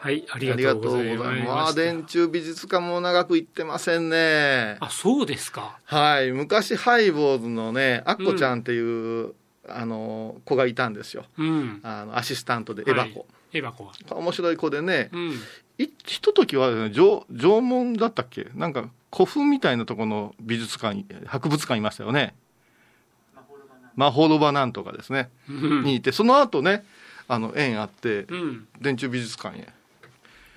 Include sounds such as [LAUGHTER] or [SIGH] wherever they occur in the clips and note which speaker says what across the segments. Speaker 1: はい、あり
Speaker 2: あ
Speaker 1: が
Speaker 2: り
Speaker 1: と
Speaker 2: が
Speaker 1: う
Speaker 2: と
Speaker 1: ご
Speaker 2: うご
Speaker 1: ざ
Speaker 2: ざ
Speaker 1: い
Speaker 2: います。
Speaker 1: ま。
Speaker 2: ますあ、電柱美術館も長く行ってませんね。
Speaker 1: あ、そうですか。
Speaker 2: はい、昔ハイボーズのね、アッコちゃんっていう、あの子がいたんですよ。
Speaker 1: うん。
Speaker 2: あのアシスタントでエバ
Speaker 1: はい
Speaker 2: コ。
Speaker 1: エバコは。
Speaker 2: 面白い子でね、
Speaker 1: うん。
Speaker 2: いひとときは、ね、縄縄文だったっけなんか古墳みたいなとこの美術館博物館いましたよねマホロバなんとかですね、
Speaker 1: うん
Speaker 2: にいてその後ねあの縁あって
Speaker 1: うん。
Speaker 2: 電柱美術館へ、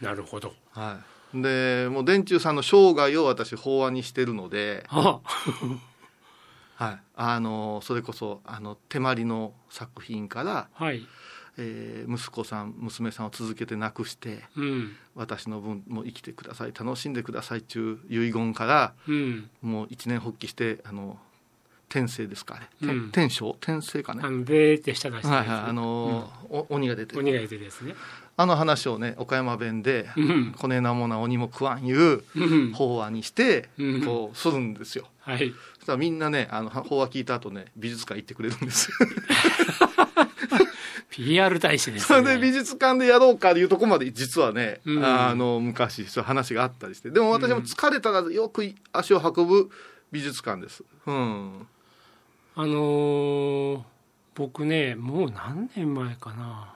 Speaker 1: なるほど。
Speaker 2: はい、でもう電柱さんの生涯を私法案にしてるので、
Speaker 1: あ、
Speaker 2: はい、あのそれこそあの手まりの作品から、
Speaker 1: はい。
Speaker 2: えー息子さん娘さんを続けて亡くして
Speaker 1: うん。
Speaker 2: 私の分も生きてください楽しんでくださいっていう遺言から
Speaker 1: うん。
Speaker 2: もう一年発起してあの天性ですかね、
Speaker 1: う
Speaker 2: 天
Speaker 1: ん
Speaker 2: 天性天性かね
Speaker 1: あの、でーってしたらしいですね。
Speaker 2: はいはいあのー、お鬼が出て
Speaker 1: お
Speaker 2: る
Speaker 1: 願いでですね。
Speaker 2: あの話をね岡山弁で
Speaker 1: うん
Speaker 2: 「こねなもな鬼も食わん」いう
Speaker 1: うん。
Speaker 2: 法話にして
Speaker 1: うん
Speaker 2: こうするんですよ
Speaker 1: はい。
Speaker 2: そしたらみんなねあの法話聞いた後ね美術館行ってくれるんですよ
Speaker 1: PR 大使 [LAUGHS] です
Speaker 2: それ
Speaker 1: ね。
Speaker 2: [LAUGHS] で美術館でやろうかというとこまで実はね、
Speaker 1: うん
Speaker 2: あの昔そういう話があったりしてでも私も疲れたらよく足を運ぶ美術館ですうん
Speaker 1: あのー僕ねもう何年前かな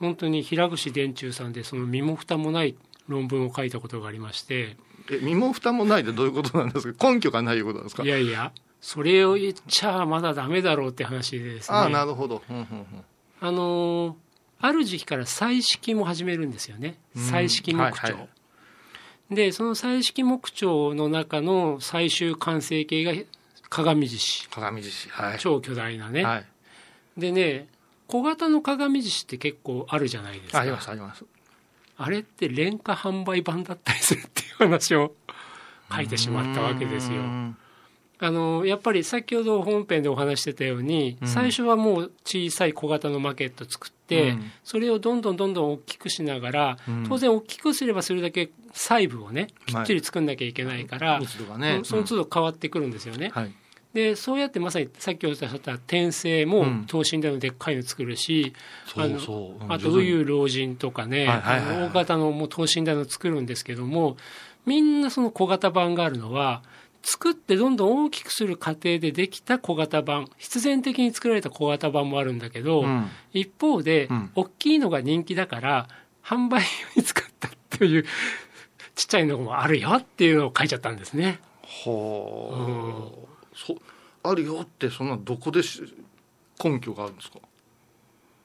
Speaker 1: 本当に平口伝中さんでその身も蓋もない論文を書いたことがありまして
Speaker 2: え身も蓋もないでどういうことなんですか根拠がないいうことなんですか
Speaker 1: いやいやそれを言っちゃまだダメだろうって話でですね
Speaker 2: ああな
Speaker 1: あ
Speaker 2: るほど、うんうんうん、
Speaker 1: のーある時期から彩色も始めるんですよね
Speaker 2: うん
Speaker 1: 彩色木
Speaker 2: はい
Speaker 1: 彫、
Speaker 2: はい
Speaker 1: でその彩色木彫の中の最終完成形が鏡獅子
Speaker 2: 鏡獅子はい
Speaker 1: 超巨大なね、
Speaker 2: はい、
Speaker 1: でね小型の鏡獅子って結構あるじゃないですか
Speaker 2: ありますあります
Speaker 1: あれって廉価販売版だったりするっていう話を書いてしまったわけですよ
Speaker 2: うー。ん
Speaker 1: あのやっぱり先ほど本編でお話してたように、
Speaker 2: うん
Speaker 1: 最初はもう小さい小型のマーケット作って、
Speaker 2: うん
Speaker 1: それをどんどんどんどん大きくしながら、
Speaker 2: うん
Speaker 1: 当然大きくすればそれだけ細部をねき
Speaker 2: はい
Speaker 1: っちり作んなきゃいけないから、
Speaker 2: 密度がね
Speaker 1: その都度変わってくるんですよね。
Speaker 2: うんはい
Speaker 1: でそうやってまさにさっきおっしゃった転生も
Speaker 2: うん
Speaker 1: 等身大のでっかいの作るし、あの
Speaker 2: そう
Speaker 1: あと、ウユ老人とかね、
Speaker 2: はいはいはいはい
Speaker 1: あの大型のもう等身大の作るんですけども、みんなその小型版があるのは、作ってどんどん大きくする過程でできた小型版、必然的に作られた小型版もあるんだけど、
Speaker 2: うん
Speaker 1: 一方で
Speaker 2: うん、
Speaker 1: 大きいのが人気だから、販売用に使ったという、ちっちゃいのもあるよっていうのを書いちゃったんですね。
Speaker 2: ほうそあるよってそんなどこでし根拠があるんですか
Speaker 1: [LAUGHS]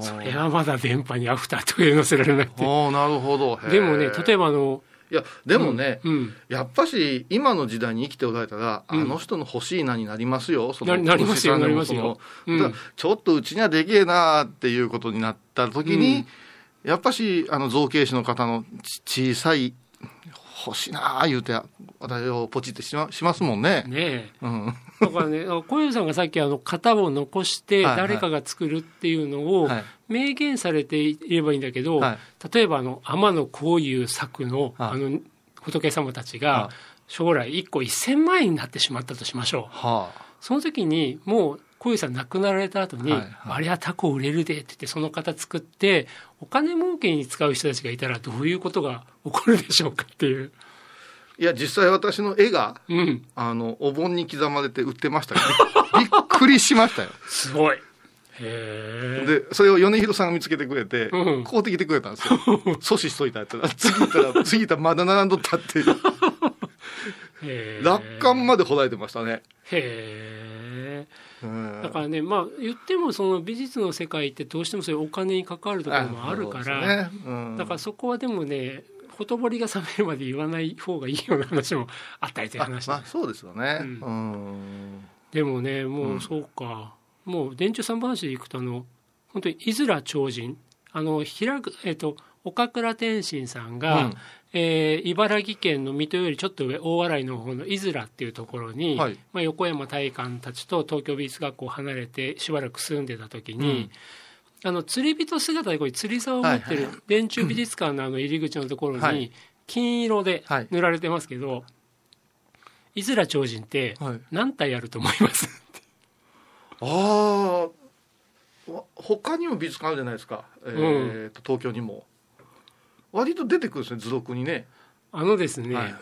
Speaker 1: それはまだ電波にアフターというのせられないっていう。
Speaker 2: ああなるほど
Speaker 1: でもね、例え
Speaker 2: ば
Speaker 1: ばあの、
Speaker 2: いやでもね、
Speaker 1: うん、
Speaker 2: やっぱし今の時代に生きておられたら、
Speaker 1: うん
Speaker 2: あの人の欲しいなになりますよその
Speaker 1: ななりますよ
Speaker 2: お医者さんでも
Speaker 1: なりますよ
Speaker 2: その
Speaker 1: うん
Speaker 2: だからちょっとうちにはできえなっていうことになった時に、やっぱしあの造形師の方のち小さい欲しいなあ言うて私をポチってしましますもんね。
Speaker 1: ねえ。
Speaker 2: うん、
Speaker 1: だからね、あ小遊さんがさっきあの型を残して
Speaker 2: はいはい
Speaker 1: 誰かが作るっていうのを
Speaker 2: はい
Speaker 1: 明言されていればいいんだけど、
Speaker 2: は
Speaker 1: 例えばあの天野幸雄作の
Speaker 2: はい
Speaker 1: あの仏様たち
Speaker 2: は
Speaker 1: が
Speaker 2: い
Speaker 1: 将来1個1000万円になってしまったとしましょう。
Speaker 2: はあ
Speaker 1: その時にもう小遊さん亡くなられた後に、
Speaker 2: はいはい
Speaker 1: あれはタコ売れるでって言ってその型作ってお金儲けに使う人たちがいたらどういうことが起こるでしょうかっていう。
Speaker 2: いや実際私の絵が
Speaker 1: うん、
Speaker 2: あのお盆に刻まれて売ってましたけど [LAUGHS] びっくりしましたよ。
Speaker 1: すごい。へえ。
Speaker 2: で、それを米広さんが見つけてくれて、
Speaker 1: うん
Speaker 2: 買うてきてくれたんで
Speaker 1: [LAUGHS]
Speaker 2: すよ。阻止しといたやつら、次行ったら、次行ったらまだ並んどったっていう、
Speaker 1: [LAUGHS] へえ
Speaker 2: 楽観までほだえてましたね。
Speaker 1: へえ
Speaker 2: うん
Speaker 1: だからねまあ言ってもその美術の世界ってどうしてもそういうお金に関わるところもあるから、
Speaker 2: そうですねうん
Speaker 1: だからそこはでもねほとぼりが冷めるまで言わない方がいいような話もあったりという
Speaker 2: あ
Speaker 1: 話で,、
Speaker 2: まあ、そうですよね。
Speaker 1: う
Speaker 2: うんん。
Speaker 1: でもね
Speaker 2: う
Speaker 1: もうんそうか、もう電柱三話でいくとあの本当に伊豆良超人あの平くえっと岡倉天心さんが、
Speaker 2: うん
Speaker 1: えー茨城県の水戸よりちょっと上大洗の方の伊豆良っていうところに、
Speaker 2: はい
Speaker 1: まあ、横山大観たちと東京美術学校を離れてしばらく住んでた時に、あの釣り人姿でこういう釣り竿を持って
Speaker 2: はい
Speaker 1: る電柱美術館のあの入り口のところ
Speaker 2: は
Speaker 1: に
Speaker 2: い
Speaker 1: 金色で
Speaker 2: はい
Speaker 1: 塗られてますけど伊豆良超人って
Speaker 2: はい
Speaker 1: 何体あると思います、
Speaker 2: ああ、わ他にも美術館あるじゃないですか。えーと東京にも。割と出てくるんですね図録にね、
Speaker 1: あのですね、
Speaker 2: はい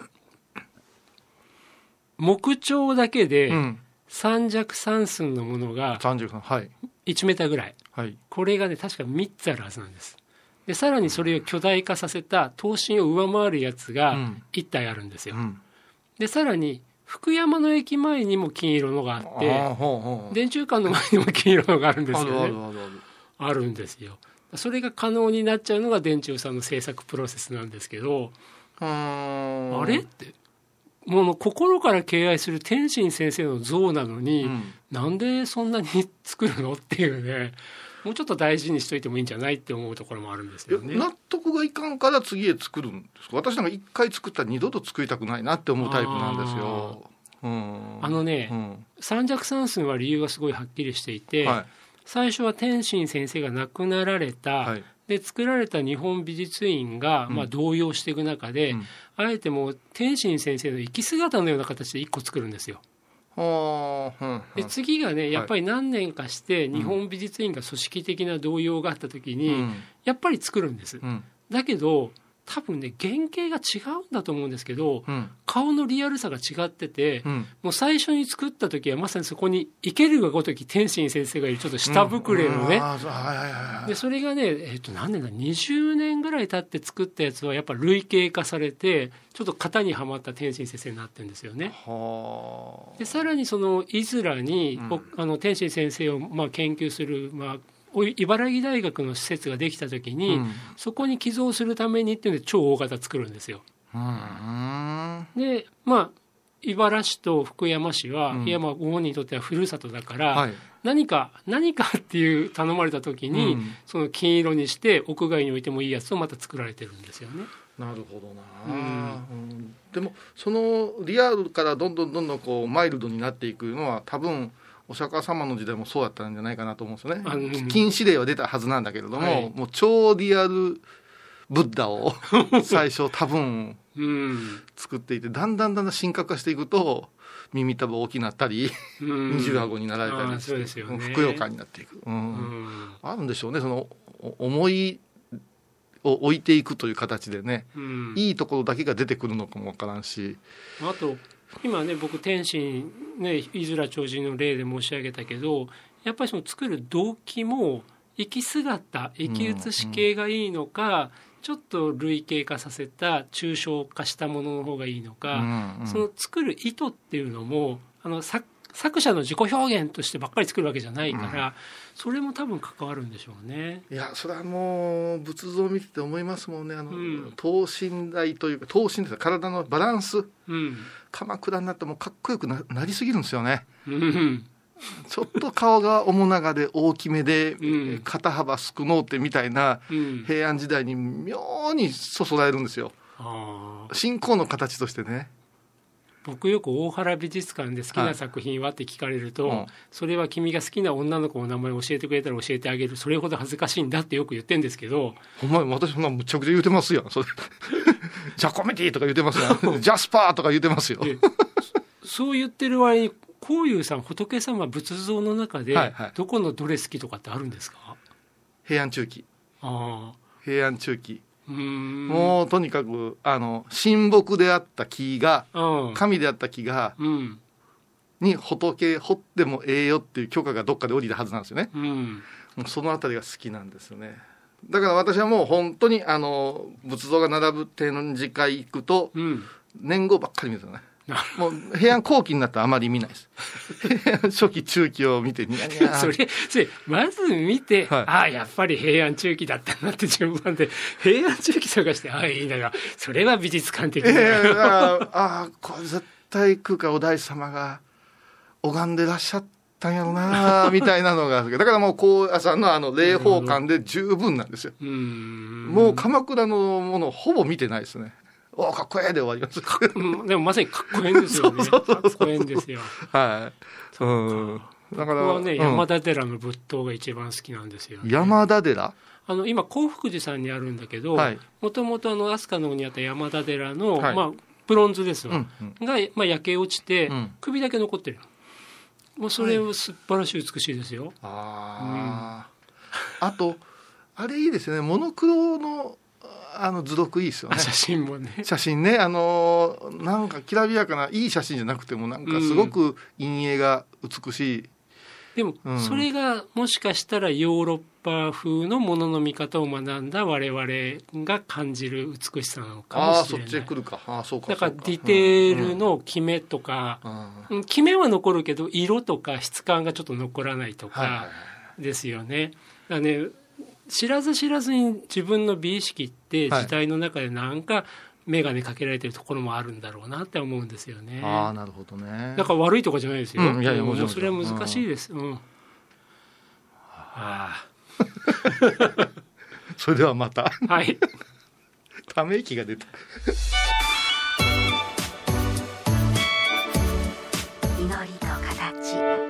Speaker 1: 木彫だけで
Speaker 2: うん
Speaker 1: 三尺三寸のものが
Speaker 2: 33はい
Speaker 1: 1メーターぐらい
Speaker 2: はい
Speaker 1: これがね確か3つあるはずなんですでさらにそれを巨大化させた刀身を上回るやつ
Speaker 2: う
Speaker 1: が
Speaker 2: ん
Speaker 1: 1体あるんですよ、
Speaker 2: うん
Speaker 1: でさらに福山の駅前にも金色のがあ
Speaker 2: あ
Speaker 1: って
Speaker 2: ーほうほう
Speaker 1: 電柱館の前にも金色のがあるんです
Speaker 2: あ
Speaker 1: よ
Speaker 2: るあ
Speaker 1: ね
Speaker 2: るあるある
Speaker 1: あるんですよそれが可能になっちゃうのが電柱さんの制作プロセスなんですけど、
Speaker 2: うーん
Speaker 1: あれってもう心から敬愛する天心先生の像なのに、
Speaker 2: うん
Speaker 1: なんでそんなに作るのっていうねもうちょっと大事にしといてもいいんじゃないって思うところもあるんです
Speaker 2: いや
Speaker 1: よね。
Speaker 2: 納得がいかんから次へ作るんですか私なんか一回作ったら二度と作りたくないなって思うタイプなんですよ。うん、
Speaker 1: あのね
Speaker 2: うん
Speaker 1: 三尺三寸は理由がすごいはっきりしていて、
Speaker 2: は
Speaker 1: 最初は天心先生が亡くなられた、
Speaker 2: いはい
Speaker 1: で作られた日本美術院が、まあ、
Speaker 2: うん
Speaker 1: 動揺していく中で、
Speaker 2: うん
Speaker 1: あえてもう天心先生の生き姿のような形で1個作るんですよ。
Speaker 2: はあうん
Speaker 1: で次がねやっぱり何年かして日本美術院が組織的な動揺があった時に、
Speaker 2: うん
Speaker 1: やっぱり作るんです。
Speaker 2: うん
Speaker 1: だけど多分ね原型が違うんだと思うんですけど
Speaker 2: うん
Speaker 1: 顔のリアルさが違ってて、
Speaker 2: うん
Speaker 1: もう最初に作った時はまさにそこに生けるがごとき天心先生がいるちょっと下膨れのね、
Speaker 2: うんあーそうはいはいはい
Speaker 1: でそれがね、えっと何年だ20年ぐらい経って作ったやつはやっぱ類型化されてちょっと型にはまった天心先生になってるんですよね。
Speaker 2: はあ
Speaker 1: でさらにそのイズラに、
Speaker 2: うん
Speaker 1: おあの天心先生をまあ研究する、まあ、お茨城大学の施設ができた時に、
Speaker 2: うん
Speaker 1: そこに寄贈するためにっていうので超大型作るんですよ。
Speaker 2: うん
Speaker 1: でまあ茨城市と福山市は、
Speaker 2: うん
Speaker 1: いやまあご本人にとってはふるさとだから、
Speaker 2: はい
Speaker 1: 何か何かっていう頼まれた時に、
Speaker 2: うん
Speaker 1: その金色にして屋外に置いてもいいやつをまた作られてるんですよね。
Speaker 2: なるほどな、うんでもそのリアルからどんどんどんどんこうマイルドになっていくのは多分お釈迦様の時代もそうだったんじゃないかなと思うんですよね、
Speaker 1: あうん
Speaker 2: き禁止令は出たはずなんだけれども、
Speaker 1: はい
Speaker 2: もう超リアルブッダを最初多分
Speaker 1: うん、
Speaker 2: 作っていてだんだんだんだん深刻化していくと耳たぶ大きくなったり
Speaker 1: うん
Speaker 2: 二重顎になられた
Speaker 1: あ
Speaker 2: り
Speaker 1: ー
Speaker 2: して
Speaker 1: そうですよね
Speaker 2: ふくよかになっていく、う
Speaker 1: うんん
Speaker 2: あるんでしょうねそのお思いを置いていくという形でね、
Speaker 1: うん
Speaker 2: いいところだけが出てくるのかもわからんし、
Speaker 1: あと今ね僕天心ね飯面長人の例で申し上げたけどやっぱりその作る動機も生き姿生き写し系がいいのか、ちょっと類型化させた抽象化したものの方がいいのか、
Speaker 2: うん
Speaker 1: その作る意図っていうのもあの作作者の自己表現としてばっかり作るわけじゃないから、それも多分関わるんでしょうね。
Speaker 2: いやそれはもう仏像を見てて思いますもんねあの、
Speaker 1: うん
Speaker 2: 等身大というか等身大体のバランス
Speaker 1: うん、
Speaker 2: 鎌倉になってもかっこよくななりすぎるんですよ
Speaker 1: [LAUGHS]
Speaker 2: ね
Speaker 1: うん、
Speaker 2: ちょっと顔が面長で大きめで、
Speaker 1: うん
Speaker 2: 肩幅少のうてみたいな
Speaker 1: うん、
Speaker 2: 平安時代に妙にそそられるんですよ
Speaker 1: あー
Speaker 2: 信仰の形としてね
Speaker 1: 僕よく大原美術館で好きな作品はって聞かれると、
Speaker 2: はいうん
Speaker 1: それは君が好きな女の子の名前を教えてくれたら教えてあげるそれほど恥ずかしいんだってよく言ってんですけ
Speaker 2: [LAUGHS]
Speaker 1: ど
Speaker 2: ほんまに私そんなむちゃくちゃ言うてますやんそれ [LAUGHS] ジャコメティとか言うてますや
Speaker 1: [LAUGHS]
Speaker 2: んジャスパーとか言うてますよ
Speaker 1: でそう言ってる割に幸雄さん仏様仏像の中で
Speaker 2: はいはい
Speaker 1: どこのどれ好きとかってあるんですか、
Speaker 2: 平安中期
Speaker 1: ああ
Speaker 2: 平安中期
Speaker 1: うーん
Speaker 2: もうとにかくあの神木であった木が
Speaker 1: うん
Speaker 2: 神であった木が
Speaker 1: うん
Speaker 2: に仏掘ってもええよっていう許可がどっかで降りたはずなんですよね
Speaker 1: うん
Speaker 2: もうそのあたりが好きなんですよねだから私はもう本当にあの仏像が並ぶ展示会行くと
Speaker 1: うん
Speaker 2: 年号ばっかり見てたね
Speaker 1: な
Speaker 2: もう平安後期になったらあまり見ないです [LAUGHS] 平安初期中期を見てニヤニヤ
Speaker 1: それそれまず見て、
Speaker 2: はい
Speaker 1: ああやっぱり平安中期だったなって順番で平安中期探してああいいならそれは美術館的
Speaker 2: え
Speaker 1: な、
Speaker 2: えあーあーこれ絶対空海お大師様が拝んでらっしゃったんやろなみたいなのがだからもう高野山のあの霊宝館で十分なんですよ、
Speaker 1: うーん
Speaker 2: もう鎌倉のものほぼ見てないですねおーかっこええで終わります
Speaker 1: うんでもまさにかっこええんですよ
Speaker 2: [LAUGHS]
Speaker 1: ね。かっこええんですよ。
Speaker 2: はいうんだか
Speaker 1: 僕
Speaker 2: ら
Speaker 1: はね、
Speaker 2: うん
Speaker 1: 山田寺の仏塔が一番好きなんですよ。
Speaker 2: 山田寺
Speaker 1: あの今興福寺さんにあるんだけど
Speaker 2: はい、
Speaker 1: もともとあの飛鳥の方にあった山田寺の、
Speaker 2: はい
Speaker 1: まあブロンズです
Speaker 2: う
Speaker 1: わ
Speaker 2: ん、うん
Speaker 1: がまあ焼け落ちて、
Speaker 2: うん
Speaker 1: 首だけ残ってる。もうそれを素晴らしい美しいですよ。
Speaker 2: ああ、あとあれいいですねモノクロのあの図録いいですよね
Speaker 1: あ写真も
Speaker 2: [LAUGHS]
Speaker 1: ね
Speaker 2: 写真ねあのーなんかきらびやかないい写真じゃなくてもなんかすごく陰影が美しい、
Speaker 1: でも
Speaker 2: うん
Speaker 1: それがもしかしたらヨーロッパ風のものの見方を学んだ我々が感じる美しさなのか
Speaker 2: ああ
Speaker 1: も
Speaker 2: ー
Speaker 1: し
Speaker 2: そ
Speaker 1: れ
Speaker 2: っ
Speaker 1: ない
Speaker 2: ちへ来るかああそうか
Speaker 1: だから
Speaker 2: そう
Speaker 1: ディテール、のキメとか、
Speaker 2: うんうんうん
Speaker 1: うんキメは残るけど色とか質感がちょっと残らないと
Speaker 2: はいはいは
Speaker 1: かですよね。だからね知らず知らずに自分の美意識って
Speaker 2: はい
Speaker 1: 時代の中でなんか眼鏡かけられてるところもあるんだろうなって思うんですよね
Speaker 2: い。ああなるほどね
Speaker 1: だから悪いとかじゃないですよ。
Speaker 2: うんいやいやもちろん
Speaker 1: うそれは難しいです。うん。あ
Speaker 2: それではまた [LAUGHS]
Speaker 1: あはい。
Speaker 2: ため息が出た
Speaker 3: 祈りの形